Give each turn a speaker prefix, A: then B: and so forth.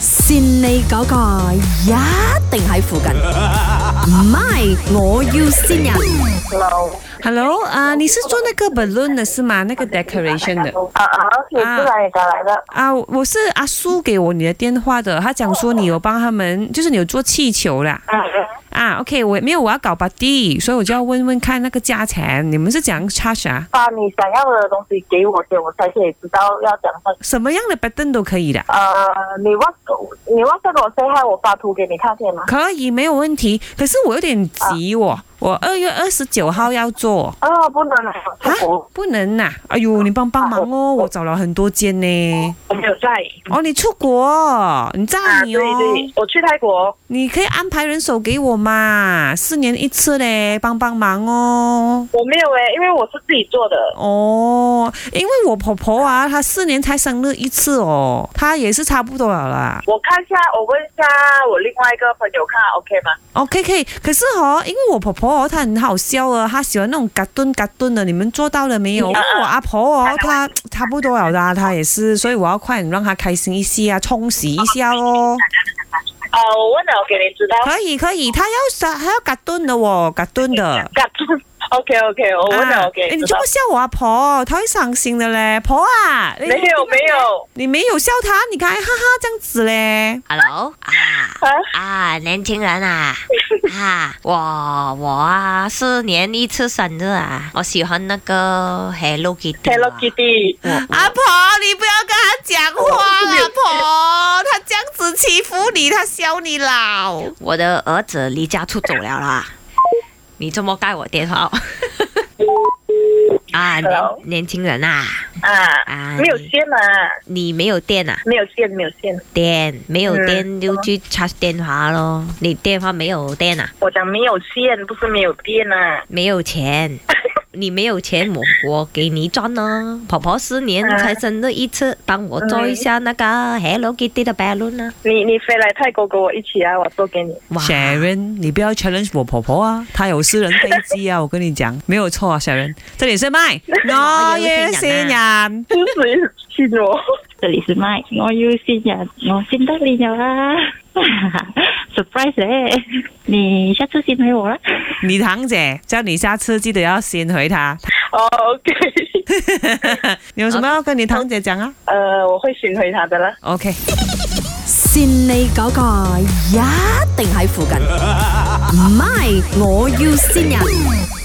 A: 善你嗰個一定喺附近，唔係我要先人。
B: Hello，
C: Hello，啊、你是做那个 balloon 的是吗？那个 decoration 的
B: 啊啊，你是哪里打来的？
C: 啊我是阿苏给我你的电话的，他讲说你有帮他们，就是你有做气球啦。
B: 嗯嗯，
C: 啊，OK，我没有，我要搞 body，所以我就要问问看那个价钱，你们是怎样 charge 啊？
B: 把你想要的东西给我先，我才可以知道要怎么分。
C: 什么样的 button 都可以的，
B: 呃，你 w 你 w 这个我 say hi，我发图给你看先吗？
C: 可以没有问题。可是我有点急哦，我二月二十九号要做。
B: 啊，不能啊，我
C: 不能呐、哎呦，你帮帮忙哦，我找了很多间呢。
B: 我没有在。
C: 哦，你出国哦，你在
B: 啊，
C: 你
B: 对
C: 哦。
B: 对，我去泰国。
C: 你可以安排人手给我嘛，四年一次嘞，帮帮忙哦。
B: 我没有诶、因为我是自己做的。
C: 哦，因为我婆婆啊，她四年才生日一次哦，她也是差不多了啦。
B: 我看一下，我问一下我另外一个朋友看 OK 吗？
C: OK，可以。可是哦，因为我婆婆哦，她很好笑哦，她喜欢那种嘎顿嘎顿的，你们做到了没有？因为我阿婆哦，她差不多了啦，她也是，所以我要快点让她开心一下，冲洗一下哦。
B: 啊，我问了，我给你知道。
C: 可以可以，她要她要嘎顿的哦，嘎顿的。
B: OK OK，我哦嗯问了，
C: 啊
B: 我给
C: 诶
B: 你
C: 你
B: 知
C: 做
B: 道
C: 乜。笑我阿婆？她会伤心的嘞，婆啊！你
B: 没有没有，
C: 你没有笑她，你看哈哈这样子嘞。
D: Hello 啊啊，年轻人 啊啊，我我啊四年一次生日啊，我喜欢那个 Hello Kitty 啊。
B: Hello Kitty。
C: 阿啊婆，你不要跟她讲话，
B: 哦
C: 阿婆，她这样子欺负你，她笑你老。
D: 我的儿子离家出走了啦，你这么盖我电话哦？ 啊，年
B: Hello
D: 年轻人啊
B: 啊
D: 啊，
B: 没有
D: 你
B: 线啊，
D: 你没有电啊？
B: 没有线，没有线。
D: 电没有
B: 嗯
D: 电就去 charge 电话咯。你电话没有电啊？
B: 我讲没有线，不是没有电啊。
D: 没有钱，你没有钱，我我给你赚呢。婆婆四年才生了一次，帮我做一下那个 Hello Kitty 的 balloon 啊！
B: 你你飞来泰国跟我一起啊，我做给你。
D: 哇，
C: Sharon，你不要 challenge 我婆婆啊，她有私人飞机啊，我跟你讲，没有错啊，Sharon。这里是 麦，我要新人。啊
B: 就是信我。
E: 这里是麦，我要新人，我先得你了 啦，surprise 嘞、你下次先陪我啦。
C: 李堂姐，叫你下次记得要先回她。
B: 哦，OK，
C: 你有什么要跟你堂姐讲啊
B: 呃，我会寻回他的啦。
C: ？OK。
A: 善你嗰個一定喺附近，唔係我要先人。